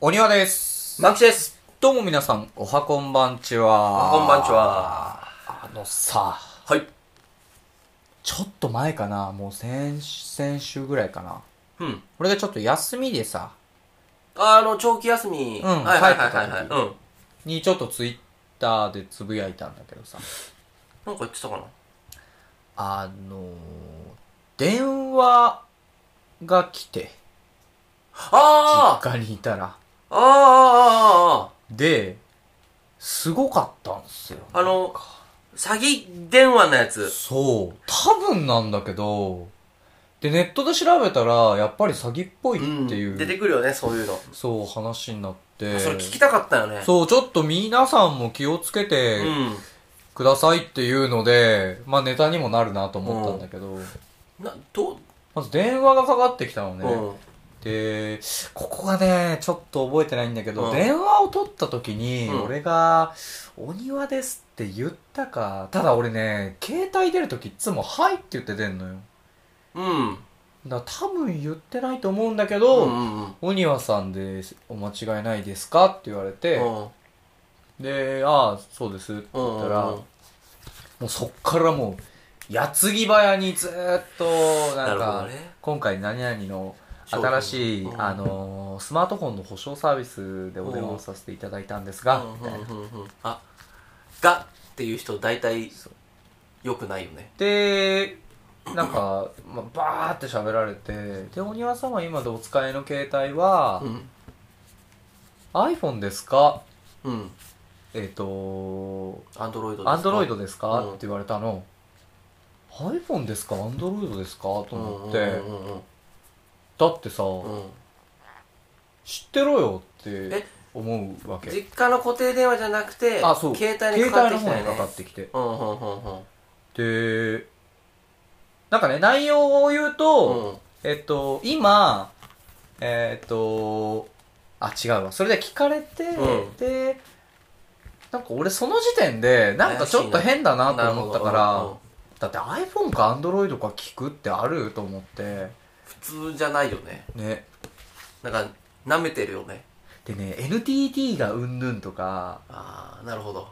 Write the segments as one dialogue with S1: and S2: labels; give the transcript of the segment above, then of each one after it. S1: お庭です。
S2: マキシです。
S1: どうも皆さん、おはこんばんちは。
S2: こんばんち。は。
S1: あのさ、
S2: はい。
S1: ちょっと前かな、もう先、先週ぐらいかな。
S2: うん。
S1: 俺がちょっと休みでさ、
S2: あの、長期休み。
S1: うん
S2: はいはいはいはい、は
S1: 帰
S2: い。
S1: っ
S2: う
S1: て
S2: ん。
S1: たにちょっとツイッターでつぶやいたんだけどさ、
S2: なんか言ってたかな
S1: あのー、電話が来て、
S2: あー
S1: 実家にいたら。
S2: あーあ
S1: で、すごかったんですよ。
S2: ーあーあーあの、詐欺電話のやつ。
S1: そう。多分なんだけど、で、ネットで調べたら、やっぱり詐欺っぽいっていう、
S2: 出てくるよね、そういうの。
S1: そう話になって、
S2: それ聞きたかったよね。
S1: そう、ちょっと皆さんも気をつけて
S2: うん。
S1: くださいっていうので、まあネタにもなるなと思ったんだけど、
S2: な、ど
S1: まず電話がかかってきたの
S2: う、
S1: ね。
S2: うん。
S1: で、ここがね、ちょっと覚えてないんだけど、
S2: うん
S1: 電話を取った時に、
S2: うん
S1: 俺が、お庭ですって言ったか、ただ俺ね、携帯出る時いつも、はいって言って出んのよ。
S2: うん。
S1: だから多分言ってないと思うんだけ
S2: う
S1: ど、
S2: んうん
S1: お庭さんです、お間違いないですかって言われて、
S2: うん。
S1: で、ああ、そうですって
S2: う
S1: 言
S2: ん。
S1: ったら、
S2: うん
S1: もうそっからもう、矢継ぎ早にずーっと、なん
S2: なるほ
S1: か、
S2: どね
S1: 今回何々の
S2: 商品
S1: 新しい、
S2: うん
S1: あのースマートフォンの保証サービスでお電話をさせていただいたんですが、みたいな。
S2: うんうんうんうんあ、がっていう人大体、良くないよね。
S1: で、なんか、まあ、バーって喋られて、で、お庭様今でお使いの携帯は、
S2: うん。
S1: iPhone ですか
S2: うん。
S1: えっ、と、
S2: アンドロイド
S1: アンドロイドですか、
S2: うん
S1: って言われたの、iPhone ですかアンドロイドですかと思って、
S2: うんうんうん
S1: だってさ、
S2: うんうん。
S1: 知ってろよっ
S2: え
S1: て思うわけ。
S2: 実家の固定電話じゃなくて
S1: あ、そう。
S2: 携帯にかかってきた
S1: 携帯の方
S2: よ
S1: にかか
S2: ね
S1: ってきて。
S2: うんうんうん
S1: で、なんかね、内容を言うと、
S2: うんうん
S1: えっと、今、えっと、あ、違うわ。それで聞かれて、
S2: うん
S1: で、なんか俺その時点で、なんかちょっと
S2: 怪しいな
S1: 変だなと思ったか
S2: なるほどうんう
S1: ら
S2: ん、
S1: だって iPhone か Android か聞くってあると思って、
S2: 普通じゃないよね
S1: ね。
S2: なんか舐めてるよね
S1: でね、NTT がうんぬんとか、
S2: ああなるほど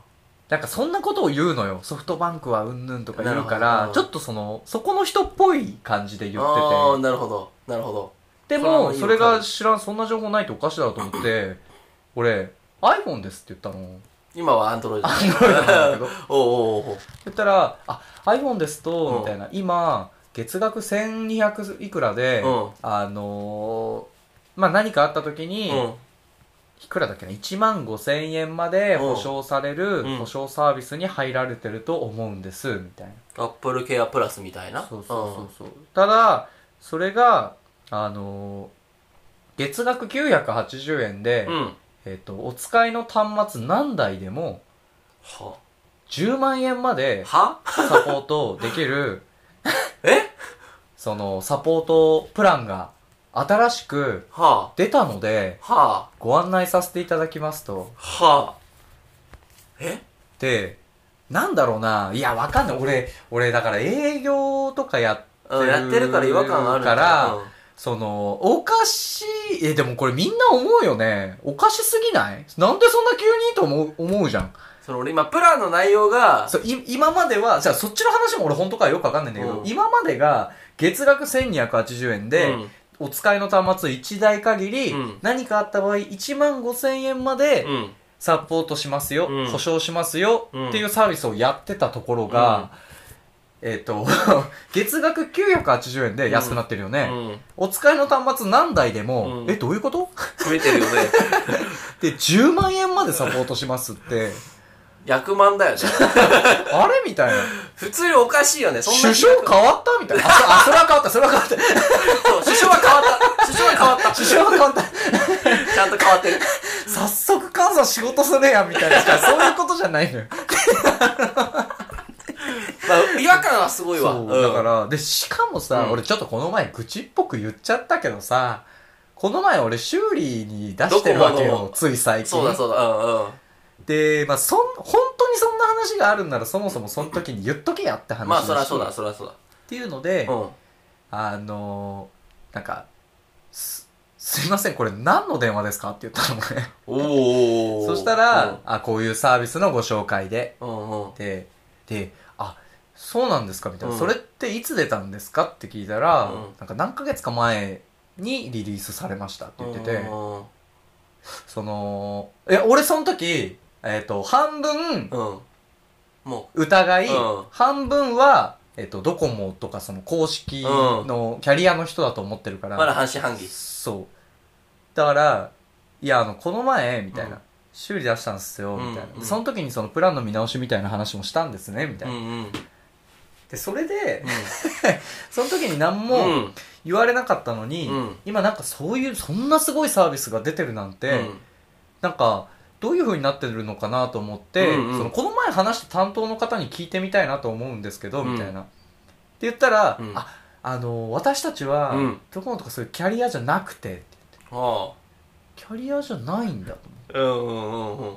S1: なんかそんなことを言うのよ。ソフトバンクはうんぬんとか言うか
S2: なる
S1: ら、
S2: ほ
S1: ち
S2: ど
S1: ょっとその、そこの人っぽい感じで言って
S2: ああなるほどなるほど
S1: て。で
S2: それは
S1: も、
S2: いい
S1: それが知らん、そんな情報ないとおかしいだろうと思って、俺、iPhone ですって言ったの。
S2: 今はアンドロイド
S1: Android なんだけど。
S2: おうおうおう
S1: 言ったら、あ、iPhone です
S2: う
S1: と、
S2: ん
S1: みたいな、今、月額1200いくらで、
S2: うん
S1: あのーまあ、何かあった時に、
S2: おう
S1: いくらだっけな、1万5千円まで保証される
S2: うん
S1: 保証サービスに入られてると思うんです、みたいな。
S2: アップルケアプラスみたいな
S1: そうそうそうそうただそれがあのー月額980円で、
S2: うんうん
S1: えっとお使いの端末何台でも
S2: は
S1: 10万円まで
S2: は
S1: サポートできる
S2: え
S1: そのサポートプランが新しく
S2: は
S1: 出たので
S2: あは
S1: ご案内させていただきますと
S2: あはあえ
S1: でなんだろうないやわかんない俺俺だから営業とかやって
S2: うんやってるから違和感あるん
S1: か
S2: だ
S1: ら
S2: うん
S1: その、おかしい、え、でもこれみんな思うよね。おかしすぎないなんでそんな急にと思う、思うじゃん。
S2: その俺今プランの内容が
S1: そう、い、今までは、じゃあそっちの話も俺本当かよくわかんないんだけど、
S2: うん
S1: 今までが月額1280円で、
S2: うん
S1: お使いの端末1台限り、
S2: うん
S1: 何かあった場合1万5000円まで
S2: うん
S1: サポートしますよ、
S2: うん
S1: 保証しますよ、
S2: うん
S1: っていうサービスをやってたところが、えっ、と、 月額980円で安くなってるよね。
S2: うん
S1: お使いの端末何台でも、
S2: うん
S1: え、どういうこと
S2: 増えてるよね。
S1: で、10万円までサポートしますっ て、
S2: 役満だよね。
S1: あれみたいな。
S2: 普通におかしいよね。そんな
S1: 首相変わったみたいな。あ、そあそれは変わった、それは変わった。
S2: そう首相は変わった。首相は変わ っ
S1: 首相は変わった。
S2: た。ちゃんと変わってる。
S1: 早速関西仕事するやん、みたいな。し かもそういうことじゃないのよ。
S2: まあ、違和感はすごいわ。
S1: そう、
S2: ん
S1: だか。ら、で、しかもさ、
S2: うん
S1: 俺ちょっとこの前愚痴っぽく言っちゃったけどさ、この前俺修理に出してるわけ
S2: ドコモ
S1: よ
S2: の、
S1: つい最近。
S2: そうだそうだ。うんうん。
S1: で、まあ、そん、本当にそんな話があるんならそもそもその時に言っとけやって話
S2: まあ
S1: だし
S2: そらそうだ、そらそう
S1: っていうので、
S2: だ。うん。
S1: あのーなんか、すすいません、これ何の電話ですかって言ったのね。
S2: おお
S1: そしたら、あ、こういうサービスのご紹介で、
S2: うんうんうん
S1: で、で、あ、そうなんですかみたいな、
S2: うん
S1: それっていつ出たんですかって聞いたら、
S2: うん
S1: なんか何ヶ月か前にリリースされましたって言ってて、
S2: うん
S1: その、え、俺その時、えっ、と、半分
S2: うんも
S1: 疑い、
S2: うん
S1: 半分は、えっ、と、ドコモとかその公式のキャリアの人だと思ってるか
S2: う
S1: ら、
S2: まだ半信半疑
S1: そう。だから、いや、あの、この前、みたいな、
S2: うん
S1: 修理出したんですよ、みたいな、
S2: うんうん
S1: その時にそのプランの見直しみたいな話もしたんですね、みた
S2: う
S1: い
S2: ん
S1: な。
S2: うんうん
S1: で、それで、その時に何
S2: う
S1: も
S2: ん
S1: 言われなかったのに、
S2: うん
S1: 今なんかそういう、そんなすごいサービスが出てるなんて、
S2: うん
S1: なんか、どういう風になってるのかなと思って、
S2: うんうん
S1: そのこの前話した担当の方に聞いてみたいなと思うんですけど、
S2: うん
S1: みたいな。って言ったら、
S2: うん
S1: あ、あの、私たちは、
S2: うん
S1: ドコモとかそういうキャリアじゃなくて、
S2: あ
S1: キャリアじゃないんだと思って
S2: あうんうんうんうん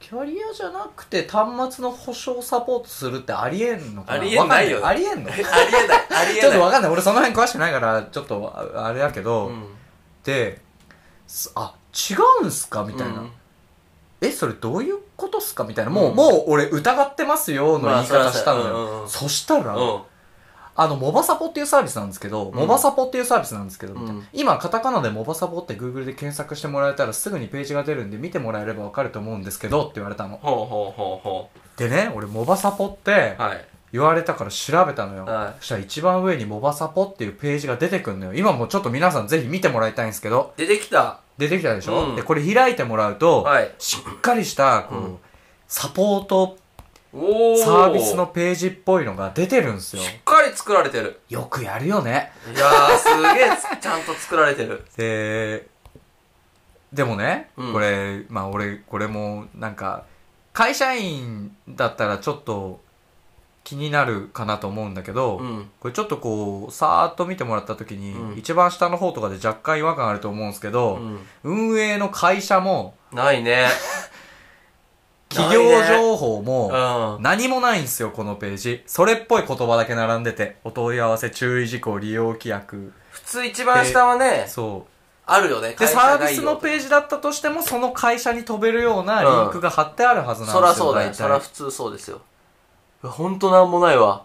S1: キャリアじゃなくて端末の保証サポートするってありえんのかな
S2: ありえないよ
S1: わかんありえんの
S2: あ
S1: ち
S2: りえないありえない
S1: ょっとわかんない。俺その辺詳しくないから、ちょっとああれだけど、
S2: うん
S1: で、すあ、違うんすかみたいな、
S2: うん
S1: え、それどういうことっすかみたいな。もう、
S2: うん
S1: もう俺疑ってますよの言
S2: まあ
S1: い方したのよ。
S2: そ
S1: そ
S2: らそうやうんうんうん
S1: したら、あの、モバサポっていうサービスなんですけど、
S2: ん
S1: モバサポっていうサービスなんですけど、
S2: うん
S1: みたいな今、カタカナでモバサポって Google で検索してもらえたらすぐにページが出るんで見てもらえればわかると思うんですけどって言われたの。
S2: ほうほうほうほ
S1: でね、俺、モバサポって
S2: うはい
S1: 言われたから調べたのよ。
S2: はい
S1: そしたら一番上にモバサポっていうページが出てくんのよ。今もうちょっと皆さんぜひ見てもらいたいんですけど、
S2: 出てきた
S1: 出てきたでしょ、
S2: うん
S1: で、これ開いてもらうと、
S2: はい
S1: しっかりした、こう、
S2: うん
S1: サポート、
S2: おお
S1: サービスのページっぽいのが出てるんすよ。
S2: しっかり作られてる
S1: よくやるよね。
S2: いやーすげえ つちゃんと作られてる
S1: で、でもね、
S2: うん
S1: これ、まあ俺、これもなんか、会社員だったらちょっと気になるかなと思うんだけど、
S2: うん
S1: これちょっとこう、さーっと見てもらった時に、
S2: うん
S1: 一番下の方とかで若干違和感あると思うんですけ
S2: う
S1: ど、
S2: ん
S1: 運営の会社も、
S2: ないね
S1: 企業情報
S2: う
S1: も、
S2: ん
S1: 何もないんですよ、このページ。それっぽい言葉だけ並んでて。お問い合わせ、注意事項、利用規約。
S2: 普通一番下はね
S1: そ
S2: あるよね
S1: う。で、
S2: 会社
S1: サービ
S2: 概
S1: ス
S2: 要
S1: のページだったとしても、その会社に飛べるようなリンクが貼ってあるはずなんです
S2: そ
S1: よ、
S2: らそうだよ
S1: 大体
S2: そら普通そうですよいやほんとなんもないわ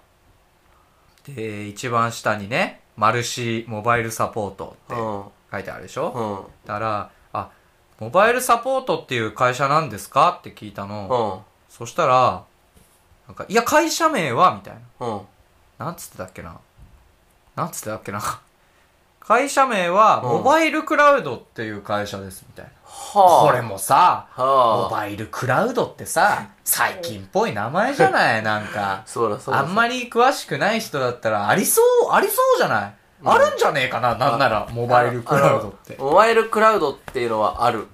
S1: で、一番下にね、マルシーモバイルサポートっ
S2: う
S1: て
S2: んうん
S1: 書いてあるでしょ、だから、あ、モバイルサポートっていう会社なんですかって聞いたの。
S2: う
S1: そしたら、なんか、いや、会社名はみたい
S2: んうん
S1: な。なんつってたっけな。なんつってたっけな。 会社名は、
S2: うん
S1: モバイルクラウドっていう会社です、みたいな。
S2: はあ
S1: これもさ、モ
S2: はあ
S1: バイルクラウドってさ、最近っぽい名前じゃ ないなんか。
S2: そうだそうだ
S1: あんまり詳しくない人だったら、ありそう、ありそうじゃない、あるんじゃねえかななんなら、モバイルクラウドって
S2: あ。のモバイルクラウドっていうのはある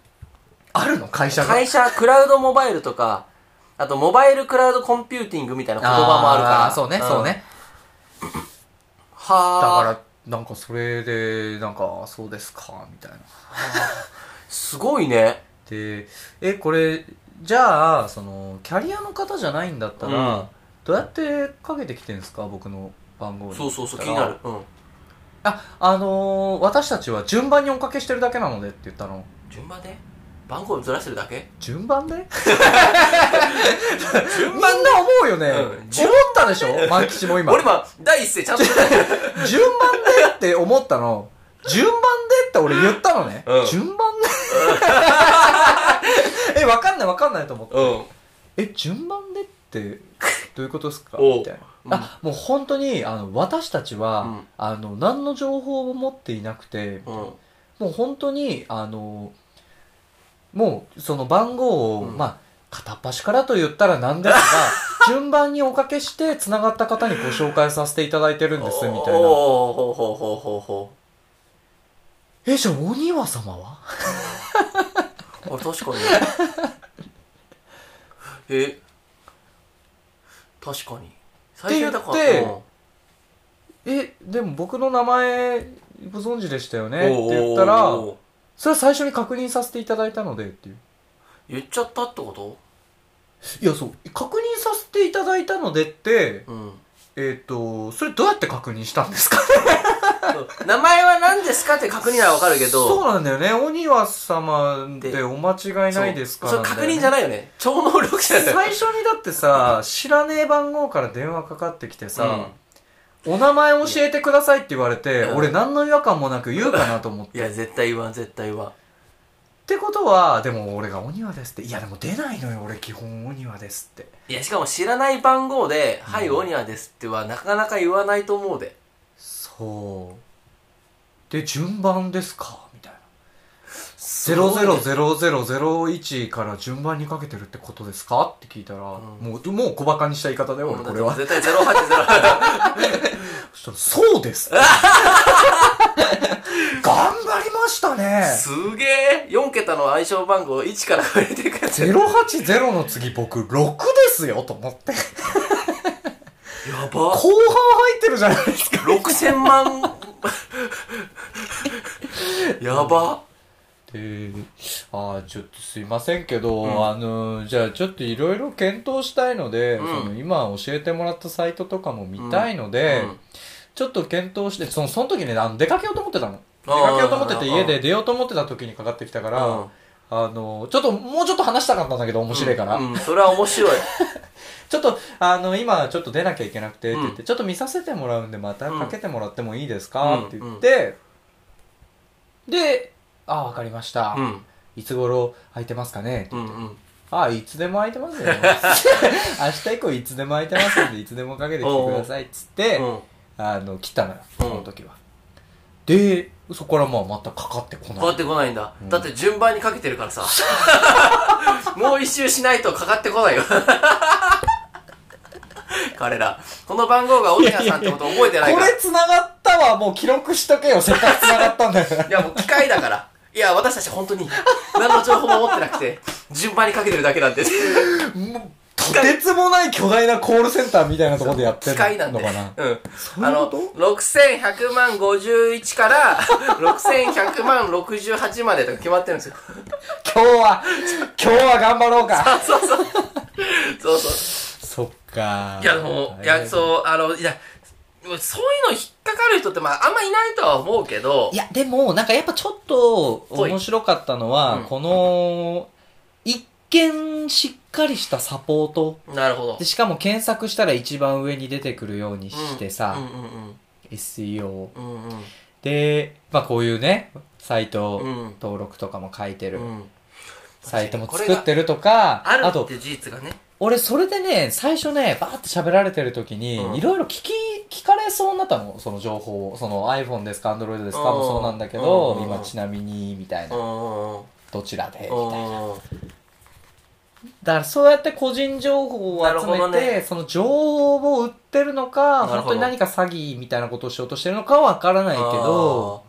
S1: あるの会社が。
S2: 会社クラウドモバイルとかあとモバイルクラウドコンピューティングみたいな言葉もあるから
S1: ーそうね、
S2: ん
S1: そうね。だ
S2: はあ
S1: から、なんかそれで、なんか、そうですか、みたいな。
S2: すごいね
S1: で、え、これ、じゃあ、その、キャリアの方じゃないんだったら、
S2: うん
S1: どうやってかけてきてんすか僕の番号に。
S2: そうそうそう気になる。うん
S1: あ、あのー私たちは順番におかけしてるだけなのでって言ったの。
S2: 順番で番号ずらしてるだけ
S1: 順番 でみ
S2: 順
S1: んな思うよね。
S2: うん
S1: 思ったでしょ万吉も今。
S2: 俺今第一声ちゃんと出た
S1: 順番でって思ったの。順番でって俺言ったのね。
S2: うん
S1: 順番 でえ、わかんないわかんないと思って。
S2: うん
S1: え、順番でって、どういうことですか
S2: おう
S1: みたい
S2: うん
S1: な。あ、もう本当に、あの、私たちは、
S2: うん
S1: あの、何の情報も持っていなくて、
S2: うん
S1: もう本当に、あの、もう、その番号を、
S2: うん
S1: まあ、片っ端からと言ったらなんです が、順番におかけして、繋がった方にご紹介させていただいてるんです、みたい
S2: おー
S1: な。
S2: ほうほうほうほうほ
S1: え、じゃあ、お庭様は
S2: う俺確かに え確かに最初だか
S1: っ
S2: ら
S1: て言って
S2: うん
S1: え、でも僕の名前、ご存知でしたよねって
S2: おー
S1: 言ったら、それは最初に確認させていただいたので、っていう。
S2: 言っちゃったってこ
S1: いや、そう、確認させていただいたのでって、
S2: とうん
S1: えっ、と、それどうやって確認したんですか
S2: そう名前は何ですかって確認ならわかるけ
S1: そう
S2: ど、
S1: なんだよね。鬼は様でお間違いないですか
S2: そう
S1: なんだ
S2: そ
S1: よ
S2: れ
S1: ね
S2: 確認じゃないよね。超能力者だよ。
S1: 最初にだってさ、知らねえ番号から電話かかってきて
S2: う
S1: さ
S2: ん、
S1: お名前教えてくださいって言われて、
S2: うん
S1: 俺何の違和感もなく言うかなと思って。
S2: いや、絶対言わん、絶対言わん。
S1: ってことは、でも俺が鬼はですって。いやでも出ないのよ、俺基本鬼はですって。
S2: いや、しかも知らない番号で、はい、オニアですっては、なかなか言わないと思うで。
S1: そう。で、順番ですかみたいな。
S2: すごいね
S1: 000001から順番にかけてるってことですかって聞いたら、
S2: ん
S1: もう、もう小馬鹿にした言い方だよ、俺これは。
S2: 絶対080。
S1: そしたらそうです頑張りましたね
S2: すげえ !4 桁の相性番号1から増えていく やつ。や
S1: !080 の次僕6ですよと思って。後
S2: ば。
S1: 半入ってるじゃないですか。
S2: 6000万。 やば。
S1: で、ああ、ちょっとすいませんけど、
S2: うん
S1: あのー、じゃあちょっといろいろ検討したいので、
S2: うん
S1: その今教えてもらったサイトとかも見たいので、
S2: うん
S1: ちょっと検討して、そのその時ね、あの出かけようと思ってたの。出
S2: あー
S1: かけようと思ってて、家で出ようと思ってた時にかかってきたから、
S2: うん
S1: あのー、ちょっともうちょっと話したかったんだけど、面白いから。
S2: うん、うんそれは面白い。
S1: ちょっと、あの、今、ちょっと出なきゃいけなくて、って言って、
S2: う
S1: ちょっと見させてもらうんで、また
S2: うん
S1: かけてもらってもいいですか、
S2: うん
S1: って言って、で、ああ、わかりました。
S2: うん。
S1: いつ頃空いてますかね、
S2: うんうん。
S1: ああ、いつでも空いてますよ。 明日以降いつでも空いてますんで、いつでもかけてきてください。っつって、
S2: うん
S1: あの、来たのよ、その時は。で、そこからまあ、またかかってこ
S2: かか
S1: な
S2: っ
S1: い。
S2: てこないんだ。だって順番にかけてる からさ。もう一周しないとかかってこないよ。 彼ら、この番号がオニアさんってこと覚えてない
S1: こ
S2: から。
S1: れ繋がったわ、もう記録しとけよ、せっかく繋がったんだから
S2: い。や、もう機械だから。いや、私たち本当に、何の情報も持ってなくて、順番にかけてるだけなんで。
S1: もうとてつもない巨大なコールセンターみたいなところでやって
S2: 機
S1: る
S2: 械なん
S1: の
S2: で。
S1: かな。
S2: うん。
S1: そう
S2: あ
S1: いうこ
S2: の、
S1: と
S2: 6100万51から、6100万68までとか決まってるんですよ。
S1: 今日は、今日は頑張ろうか。
S2: そうそう。そうそう。
S1: そっか。
S2: いや、もう、い
S1: 大
S2: や、
S1: 変
S2: そう、あの、いや、そういうの引っかかる人って、まあ、あんまいないとは思うけど、
S1: いや、でも、なんかやっぱちょっと
S2: ぽい
S1: 面白かったのは、
S2: うん
S1: この、一見しっかりしたサポート。
S2: なるほど
S1: で、。しかも検索したら一番上に出てくるようにして
S2: う
S1: さ、
S2: んうん
S1: SEO。
S2: うん。うんうん。
S1: で、まあこういうね、サイト
S2: うん
S1: 登録とかも書いてる。
S2: うん。
S1: サイトも作ってるとか、
S2: ある
S1: あと
S2: っ、て事実がね。
S1: 俺それでね最初ねバーって喋られてる時に、
S2: うん
S1: いろいろ聞き聞かれそうになったのその情報をその iPhone ですか Android ですか
S2: うん
S1: もそうなんだけど、
S2: うん
S1: 今ちなみにみたいな、
S2: うんうん。
S1: どちらでみたいな
S2: う
S1: だ
S2: ん
S1: からそうやって個人情報を
S2: なる
S1: 集
S2: ほ
S1: め
S2: ど
S1: て、
S2: ね
S1: その情報を売ってるのか
S2: なるほど
S1: 本当に何か詐欺みたいなことをしようとしてるのかはわからないけど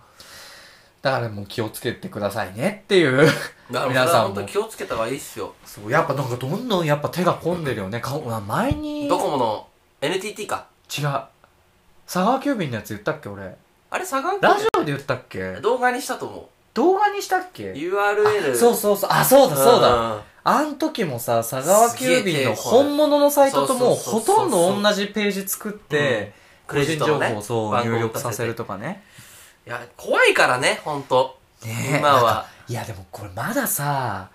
S1: だからもう気をつけてくださいねっていう
S2: あーなるほど
S1: 皆さんも
S2: 本当気をつけた方がいいっすよ
S1: そうやっぱなんかどんどんやっぱ手が込んでるよね顔前に違う
S2: ドコモの NTT か
S1: 佐川急便のやつ言ったっけ俺
S2: あれ佐賀
S1: ラジオで言ったっけ
S2: 動画にしたと思
S1: 動画にしたっ
S2: う
S1: け
S2: URL
S1: そうそうそう。あ、そうだそうだ。
S2: だ
S1: あん時もさ、佐川急便の
S2: すげえ手これ
S1: 本物のサイトともう
S2: そ
S1: ほ
S2: うそうそうそう
S1: とんど同じページ作って、
S2: ク
S1: 個
S2: レジ
S1: 人
S2: ッ
S1: 情
S2: トの
S1: 報
S2: ね
S1: をそう
S2: 番
S1: 入
S2: 号を打
S1: 力
S2: たせて
S1: させるとかね。
S2: いや怖いからね本当
S1: ねえ
S2: 今は
S1: なんかいやでもこれまださ、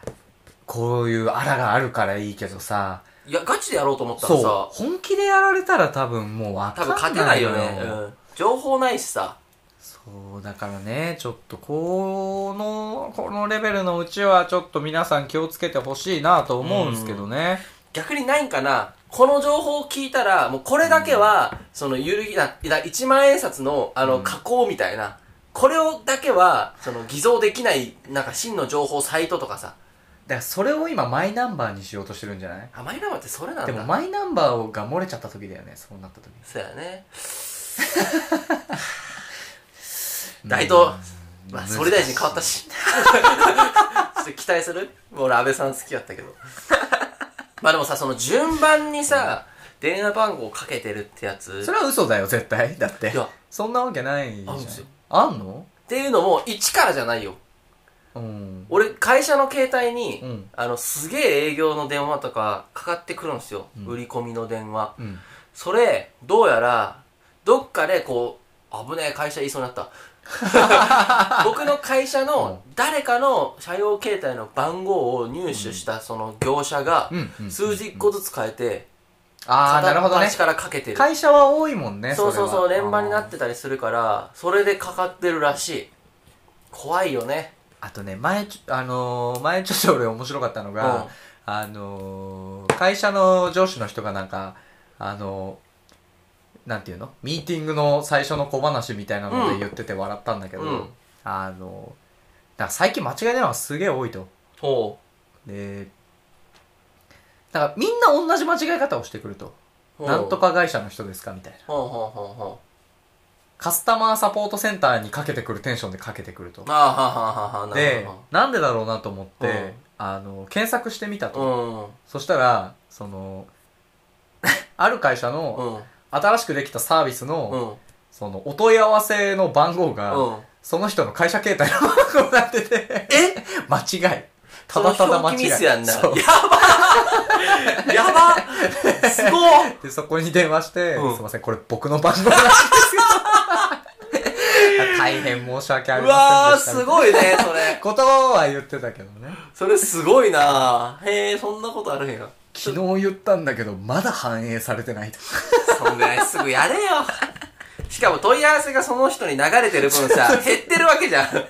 S1: こういうあらがあるからいいけどさ、
S2: いやガチでやろうと思ったら
S1: そ
S2: さ
S1: う、本気でやられたら多分もうわ
S2: 多
S1: かん
S2: 分
S1: ない
S2: 勝てないよね
S1: よ
S2: うん情報ないしさ
S1: そう、だからね、ちょっとこの、このレベルのうちはちょっと皆さん気をつけてほしいなと思うんですけどね。
S2: 逆にないんかなこの情報を聞いたらもうこれだけはその揺るぎないや1万円札のあの加工みたいなこれをだけはその偽造できないなんか真の情報サイトとかさ
S1: だからそれを今マイナンバーにしようとしてるんじゃない
S2: 甘いなまってそれなんだ
S1: でもマイナンバーが漏れちゃった時だよねそうなった時
S2: そうやね。
S1: うん
S2: 大東、まあ、
S1: 難しい
S2: 総理大臣変わったし。ち ょっと期待する俺、安倍さん好きやったけど。 まあでもさ、その順番にさ、電話番号かけてるってやつ。
S1: それは嘘だよ絶対だって
S2: いや
S1: そんなわけないじゃん
S2: あるんですよ
S1: あんの
S2: っていうのも、一からじゃないよ。
S1: うん
S2: 俺、会社の携帯に、
S1: うん
S2: あの、すげえ営業の電話とかかかってくるんですよ。
S1: うん
S2: 売り込みの電話。
S1: うん
S2: それ、どうやら、どっかでこう、危ねえ会社言いそうになった 僕の会社の誰かの社用携帯の番号を入手したその業者が
S1: うんうん
S2: 数字1個ずつ変えて
S1: ああ、なる
S2: 片
S1: ほ
S2: っ
S1: どね
S2: 端。からかけてる
S1: 会社は多いもんね。
S2: そうそうそう
S1: れは
S2: 連番になってたりするからそれでかかってるらしい怖いよね
S1: あとね、前ちょ、あのー前ちょっと俺面白かったのが、
S2: うん
S1: あのー会社の上司の人がなんか、あのーなんていうのミーティングの最初の小話みたいなの
S2: う
S1: で
S2: ん
S1: 言ってて笑ったんだけど、
S2: うん
S1: あのーなんか最近間違いないのがすげえ多いと。
S2: ほ
S1: で、なんかみんな同じ間違い方をしてくると。
S2: う
S1: なんと
S2: か
S1: か会社の人ですかみたいな。
S2: ほうほうほうほ
S1: カスタマーサポートセンターにかけてくるテンションでかけてくると
S2: う。ああははははなる
S1: で
S2: ほ、
S1: なんでだろうなと思っ
S2: うん
S1: て、あの、検索してみたと。
S2: ど
S1: そしたら、その、 ある会社
S2: う
S1: の
S2: んうん
S1: 新しくできたサービスの、
S2: うん
S1: そのお問い合わせの番号が、
S2: うん
S1: その人の会社携帯の番号になってて、え 間違い。ただただ間違い。
S2: その表記ミスやんな。や
S1: そう
S2: ばやばすごい
S1: で、そこに電話して、
S2: うん
S1: すいません、これ僕の番号らしいんですけど。大変申し訳あり
S2: う
S1: ま
S2: わ
S1: せん
S2: ー、
S1: でした。
S2: すごいね、それ。
S1: 言葉は言ってたけどね。
S2: それすごいなへえ、そんなことあるんや。
S1: 昨日言ったんだけど、まだ反映されてないと。
S2: そんぐらいすぐやれよ。しかも問い合わせがその人に流れてる分 さ、減ってるわけじゃん。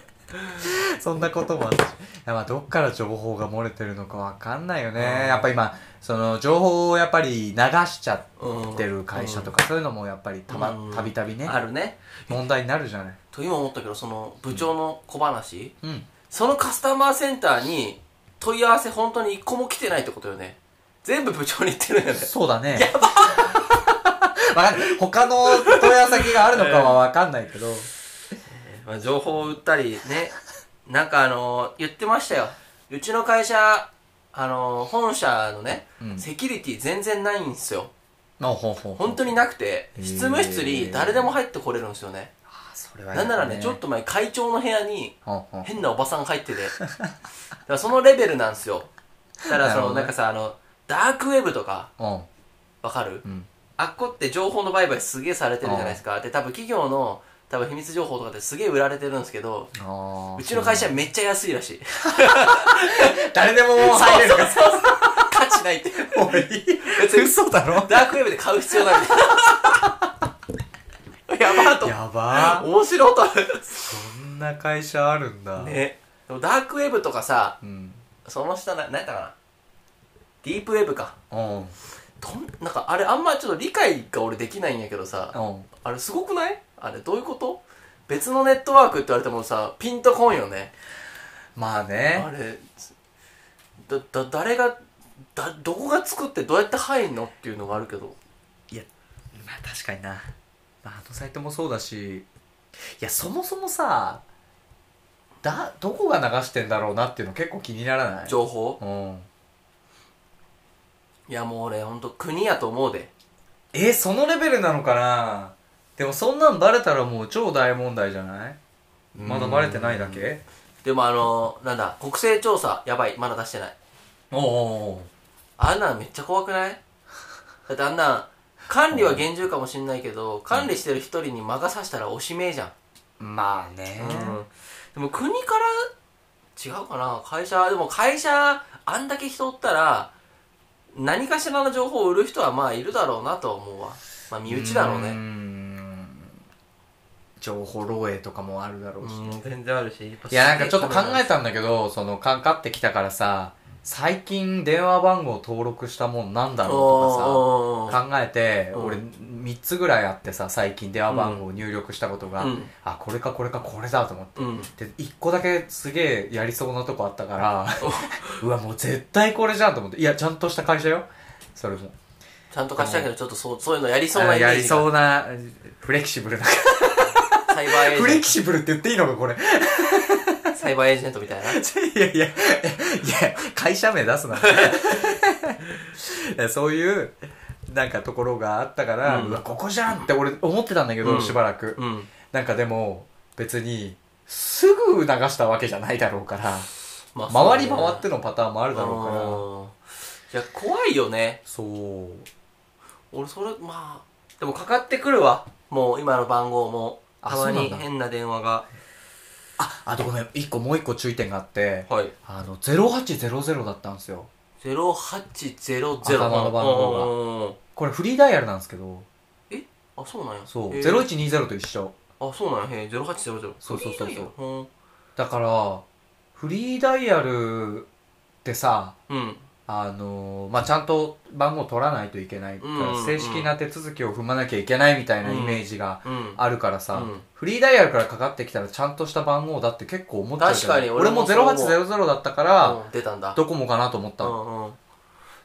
S1: そんなこともあるし。いやまあ、どっから情報が漏れてるのかわかんないよね。
S2: うん
S1: やっぱ今、その、情報をやっぱり流しちゃ
S2: うん
S1: ってる会社とか、そういうのもやっぱりたま
S2: うん、
S1: たびたびね、
S2: あるね。
S1: 問題になるじゃない。
S2: と今思ったけど、その部長の小話、
S1: うん。
S2: そのカスタマーセンターに問い合わせ本当に一個も来てないってことよね。全部部長に言ってるよね。
S1: そうだね。や ばわかんない。他の問い合わせ先があるのかはわかんないけど。
S2: まあ、情報を売った りね、なんかあの言ってましたよ。うちの会社、あの本社のね、
S1: うん
S2: セキュリティ全然ないんですよ。
S1: あ、ほうほうほう。
S2: 本当になくて、
S1: へー
S2: 執務室に誰でも入ってこれるんですよね。
S1: あそれはや
S2: な
S1: だ
S2: んならね、ちょっ。と前会長の部屋に
S1: ほうほう
S2: 変なおばさん入ってて、だからそのレベルなんですよ。だから
S1: な
S2: その、
S1: るほどね
S2: なんかさ、あの、ダークウェブとか、わかる
S1: うん。うん。
S2: あっこって情報の売買すげえされてるじゃないですか。で、多分企業の、多分秘密情報とかってすげえ売られてるんですけど、
S1: あー
S2: うちの会社めっちゃ安いらしい。
S1: 誰でももう入れるから。
S2: そうそうそう。価値ないって。
S1: おい
S2: 別に
S1: 嘘だろ
S2: ダークウェブで買う必要ないみたいな。やばーと。
S1: やばー
S2: 面白いとある。
S1: そんな会社あるんだ。
S2: ね。でもダークウェブとかさ、
S1: うん。
S2: その下な、何やったかな。ディープウェブか。
S1: うん。うん。
S2: どん、なんかあれあんまちょっと理解が俺できないんやけどさ、あれすごくないあれどういうこと別のネットワークって言われてもさ、ピンとこんよね。
S1: まあ
S2: あ
S1: ね。
S2: れ、だ、だ、誰が、だ、どこが作ってどうやって入んのっていうのがあるけど。
S1: いや、まあ確かにな。まああのサイトもそうだし、いや、そもそもさ、だ、どこが流してんだろうなっていうの結構気にならない
S2: 情報
S1: うん。
S2: いやもう俺ほんと国やと思うで
S1: え、そのレベルなのかなでもそんなんバレたらもう超大問題じゃないまだバレてないだけ
S2: でもあのなんだ国勢調査やばいまだ出してない
S1: おお
S2: あんなんめっちゃ怖くないだってあんなん管理は厳重かもしんないけど管理してる一人に魔が差したらおしめえじゃん、
S1: まあね。
S2: でも国から違うかな会社でも会社あんだけ人おったら何かしらの情報を売る人はまあいるだろうなとは思うわまあ身内だろうね
S1: ね。情報漏洩とかもあるだろうし。
S2: うん全然あるし
S1: いやなんかちょっと考え
S2: て
S1: たんだけど、そのかかってきたからさ、最近電話番号登録したもんなんだろうとかさ、考えて、
S2: うん
S1: 俺3つぐらいあってさ、最近電話番号入力したことが、
S2: うん
S1: あ、これかこれかこれだと思って。
S2: うん
S1: で、1個だけすげえやりそうなとこあったから、 うわ、もう絶対これじゃんと思って。いや、ちゃんとした会社よ。それも。
S2: ちゃんと貸したけど、ちょっとそう、そういうのやりそうな
S1: あ
S2: イメー
S1: や
S2: ジ。
S1: りそうな、フレキシブルな。
S2: サイバーエ
S1: フ
S2: ージェ
S1: レ
S2: ン
S1: キシブルって言っていいのか、これ。
S2: ト。サイバーエージェントみたいな。
S1: いやいや、いや、会社名出 すな。いやそういう、なんかところがあったから、
S2: う
S1: うんわ、ここじゃんって俺思ってたんだけど、
S2: うん
S1: しばらく。
S2: うん。
S1: なんかでも、別に、すぐ流したわけじゃないだろうから、
S2: ま
S1: 回り回って
S2: る
S1: のパターンもあるだろうから、
S2: から。いや、怖いよね。
S1: そう。
S2: 俺、それ、まあ。でも、かかってくるわ。もう、今の番号も。
S1: あ
S2: たま
S1: そうな
S2: に
S1: んだ
S2: 変な電話が
S1: ああとごめん一個もう一個注意点があって
S2: はい
S1: あの0800だったんですよ
S2: 0800
S1: 頭の番号が
S2: 号
S1: これフリーダイヤルなんですけど
S2: があそうなんや
S1: そう
S2: へー
S1: 0120と一緒
S2: あそうなんやへえ0800
S1: そうそうそうそう
S2: いいんやほ
S1: だからフリーダイヤルってさ
S2: ーうん
S1: あのーまあ、ちゃんと番号取らないといけないから、
S2: うんうんうん
S1: 正式な手続きを踏まなきゃいけないみたいなイメージが
S2: うん
S1: あるからさ、
S2: うん
S1: フリーダイヤルからかかってきたらちゃんとした番号だって結構思っちゃうじゃない
S2: 確かに
S1: 俺
S2: 俺
S1: も
S2: もそう思う
S1: 0800だったから、
S2: うん出たんだ
S1: ドコモかなと思っ
S2: う
S1: たの、
S2: んうん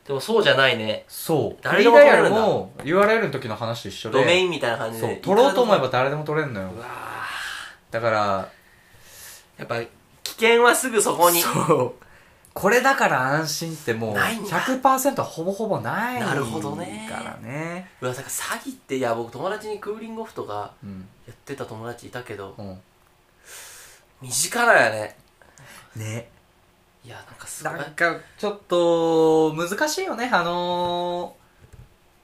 S2: でもそうじゃないね
S1: そうフリ
S2: 誰で
S1: ー
S2: も
S1: ダ
S2: 取
S1: イヤ
S2: れる
S1: ルも URL
S2: んだ
S1: の時の話と一緒で
S2: ドメインみたいな感じ
S1: そう
S2: で
S1: 取ろうと思え
S2: い
S1: ば誰でも取れるのよ
S2: くらでもうわ
S1: だから
S2: ーやっぱ危険はすぐそこに
S1: そうこれだから安心ってもう
S2: ないんだ
S1: 100%はほぼほぼない
S2: なるほどね
S1: からね
S2: うわだから詐欺っていや僕友達にクーリングオフとか
S1: うん、
S2: やってた友達いたけど
S1: うん、
S2: 身近だよね
S1: ね
S2: いやなんかすごい
S1: なんかちょっと難しいよねあのー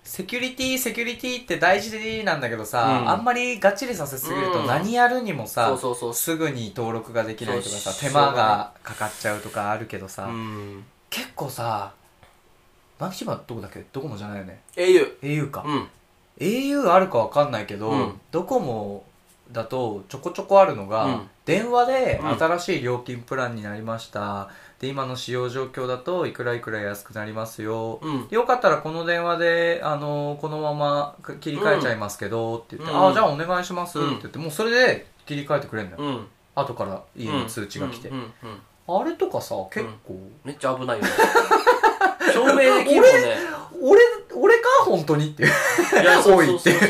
S1: セキュリティセキュリティって大事なんだけどさ、
S2: うん
S1: あんまりがっちりさせすぎると
S2: うん
S1: 何やるにもさ、
S2: そうそうそう
S1: すぐに登録ができないとかさ
S2: そう
S1: 手間がかかっちゃうとかあるけどさ、
S2: うん
S1: 結構さマキシマどこだっけドコモじゃないよね
S2: au
S1: au か、
S2: うん
S1: au あるかわかんないけど、
S2: うん
S1: ドコモだとちょこちょこあるのが、
S2: うん
S1: 電話で
S2: うん
S1: 新しい料金プランになりました、で今の使用状況だといくらいくら安くなりますよ、
S2: うん
S1: よかったらこの電話で、あのこのままか切り替えちゃいますけど、って言って、
S2: うん
S1: ああ、じゃあお願いします、
S2: うん
S1: って言って、もうそれで切り替えてくれるんだよ。
S2: うん
S1: 後から家に通知が来て。
S2: うんうんうん
S1: あれとかさ、結構、
S2: めっちゃ 危ないよね証明できるもんね
S1: 俺、俺か本当にっていう。
S2: いやそうそうそうそう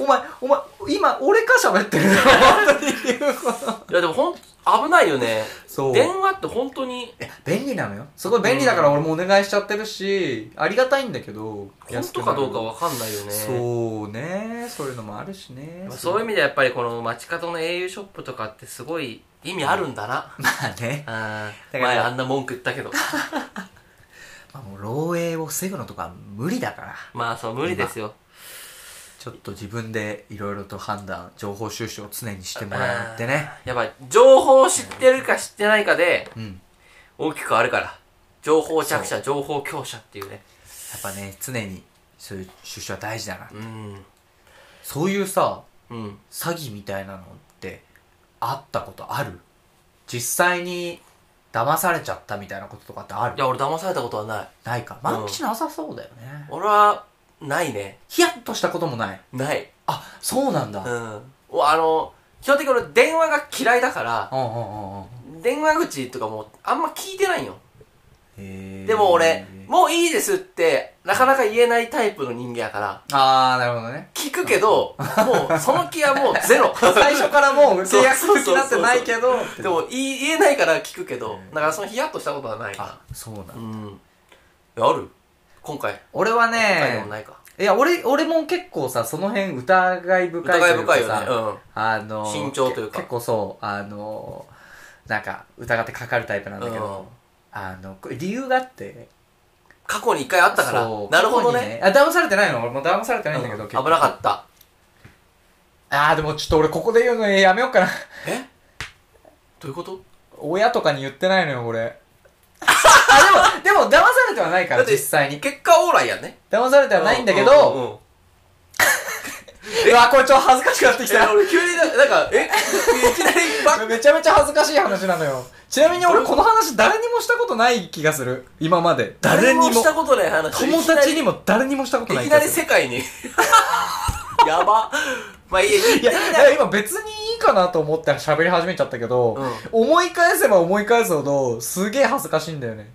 S1: お前、お前、今、俺か喋ってる な、本当にっていう。
S2: いやでもほん危ないよね
S1: そう。
S2: 電話って本当に
S1: 便利なのよすごい便利だから俺もお願いしちゃってるし、ありがたいんだけど
S2: 本当かどうか
S1: は
S2: わかんないよね
S1: そうねそういうのもあるしね
S2: まあそういう意
S1: 味
S2: 味でやっぱりこの街角の au ショップとかってすごい意味あるんだな、
S1: まあね、
S2: あ
S1: だか
S2: ー
S1: ら
S2: 前あんな文句言ったけど
S1: まあ、もう漏洩を防ぐのとか無理だから
S2: まあそう無理ですよ
S1: ちょっと自分でいろいろと判断情報収集を常にしてもらってね
S2: やばい情報を知ってるか知ってないかで
S1: うんや
S2: 大きくあるから情報弱者情報強者っていうね
S1: っぱね常にそういう収集は大事だな、
S2: うん
S1: そういうさ
S2: うん
S1: 詐欺みたいなのってあったことある実際に騙されちゃったみたいなこととかってある
S2: いや俺騙されたことはない
S1: ないか
S2: うん
S1: 満喫なさそうだよね、
S2: 俺はないね
S1: ヒヤッとしたこともない
S2: ない
S1: あそうなんだ、
S2: う
S1: うんん、
S2: おあの基本的に俺電話が嫌いだから
S1: うんうんうん
S2: 電話口とかもあんま聞いてないんよ
S1: へー
S2: でも俺もういいですってなかなか言えないタイプの人間やから
S1: ああなるほどね
S2: 聞くけどもうその気はもう ゼロ
S1: 最初からもう契
S2: そう
S1: 約になってないけど
S2: でも言い言えないから聞くけど
S1: うん
S2: だからそのヒヤッとしたことはない
S1: あそうなんだ、
S2: うんえある今回
S1: 俺は
S2: 今回でも
S1: ね
S2: ないか
S1: いや俺俺も結構さその辺疑い深いと
S2: 疑い
S1: いうか
S2: 深
S1: さ
S2: いよねうん
S1: あの
S2: 慎重というか
S1: け結構そうあのなんか疑ってかかるタイプなんだけど、
S2: うん
S1: あのこれ理由があって
S2: 過去に一回あったから
S1: そう
S2: なるほ
S1: 過
S2: ど
S1: 去に
S2: ね
S1: あ騙されてないの俺も騙されてないんだけど、
S2: うん危
S1: 結構
S2: なかった
S1: ああでもちょっと俺ここで言うのやめようかな
S2: えどういうこと
S1: 親とかに言ってないのよ 俺あでもでも騙されてはないから
S2: だって
S1: 実際に
S2: 結果オーライやね
S1: 騙されてはないんだけど、う
S2: うんうんうん
S1: わこれちょっと恥ずかしくなってき
S2: いや
S1: た
S2: 俺急にななんかえ いきなりバ ッ
S1: めちゃめちゃ恥ずかしい話なのよちなみに
S2: どうい
S1: 俺
S2: う
S1: この話誰にもしたことない気がする今まで誰にも
S2: したことない話
S1: 友達にも誰にもしたこ
S2: い
S1: と
S2: きな
S1: な
S2: り
S1: い気
S2: いきな
S1: が
S2: り
S1: する
S2: 世界に やばまあいいやいい
S1: いやいや今別にいいかなと思って喋り始めちゃったけど、
S2: う
S1: 思い返せば思い返すほどすげえ恥ずかしいんだよね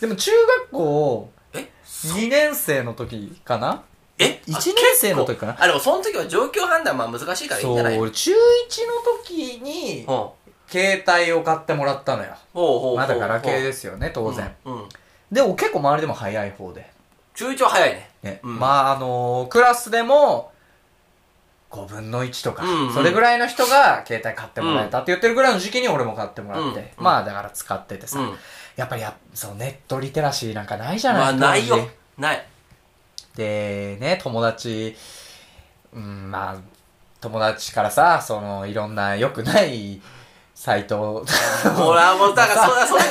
S1: でも中学校
S2: え
S1: 2年生の時かな
S2: え
S1: 1年生の時かな
S2: あでもその時は状況判断まあ難しいからいいん
S1: そう
S2: じゃない
S1: 俺中1の時に
S2: ほう
S1: 携帯を買ってもらったのよ
S2: ほうほう
S1: まだガラケーですすよね当然、
S2: うんうん
S1: でも結構周りでも早い方で、
S2: 中1は早いね
S1: ね
S2: うん
S1: まああのークラスでも5分の1とか、
S2: うんうん
S1: それぐらいの人が携帯買ってもらえたって言ってるぐらいの時期に俺も買ってもらって、
S2: うん
S1: まあだから使っててさ、
S2: うん
S1: やっぱりやそのネットリテラシーなんかないじゃない
S2: まあないよ
S1: 当時
S2: ない
S1: でね友達うんまあ友達からさ、その、いろんな良くないサイト、
S2: ほら、もう、だから、そ、それ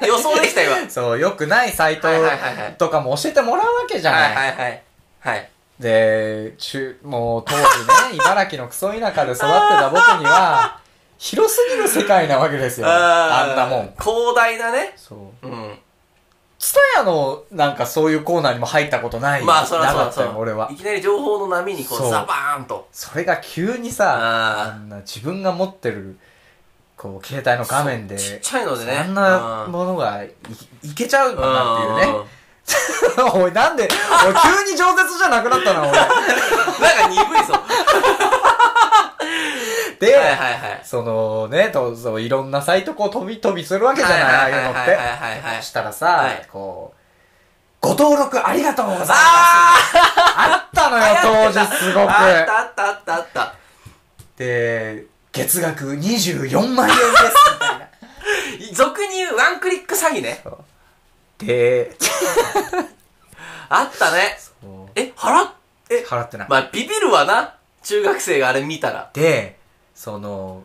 S2: か、予想できた今。はい
S1: そう、良くないサイト
S2: はいはいはい
S1: とかも教えてもらうわけじゃない。
S2: はいはい。はい。
S1: で、中、もう当時 ね、茨城のクソ田舎で育ってた僕には、広すぎる世界なわけですよ。あんなもん。
S2: 広大なね。
S1: そう。
S2: うん。
S1: ツタヤのなんかそういうコーナーにも入ったことない。
S2: まあ、そら
S1: な
S2: そ
S1: か
S2: ら
S1: っ
S2: そ
S1: た
S2: ら。。
S1: よ、俺はい
S2: きなり情報の波にこ
S1: そう
S2: う、ザバーンと。
S1: それが急にさ、あ
S2: あ
S1: んな自分が持ってる、こう、携帯の画面で、
S2: あ。ちっちゃいのでね。
S1: あんなものがいいけちゃうんだなっていうね。 おい、なんで、おい急に饒舌じゃなくなった な、俺。
S2: なんか 鈍いぞ。
S1: で、
S2: はいはいはい。
S1: そのね、とそういろんなサイトこう飛び飛びするわけじゃない、
S2: はいはいは
S1: ああ
S2: いはい
S1: いうの
S2: はい
S1: っ
S2: はいは
S1: て。
S2: い
S1: したらさ、
S2: はい
S1: こう、ご登録ありがとうございます
S2: あ
S1: あったのよ、当時すご
S2: ああっ
S1: く。
S2: たあったあったあった。
S1: で、月額24万円です、みたい な。
S2: 俗に言うワンクリック詐欺ね。
S1: で、
S2: あったね。
S1: そう
S2: え、払っ、え、
S1: 払ってない。
S2: まあ、ビビるわな。中学生があれ見たら。
S1: で、その、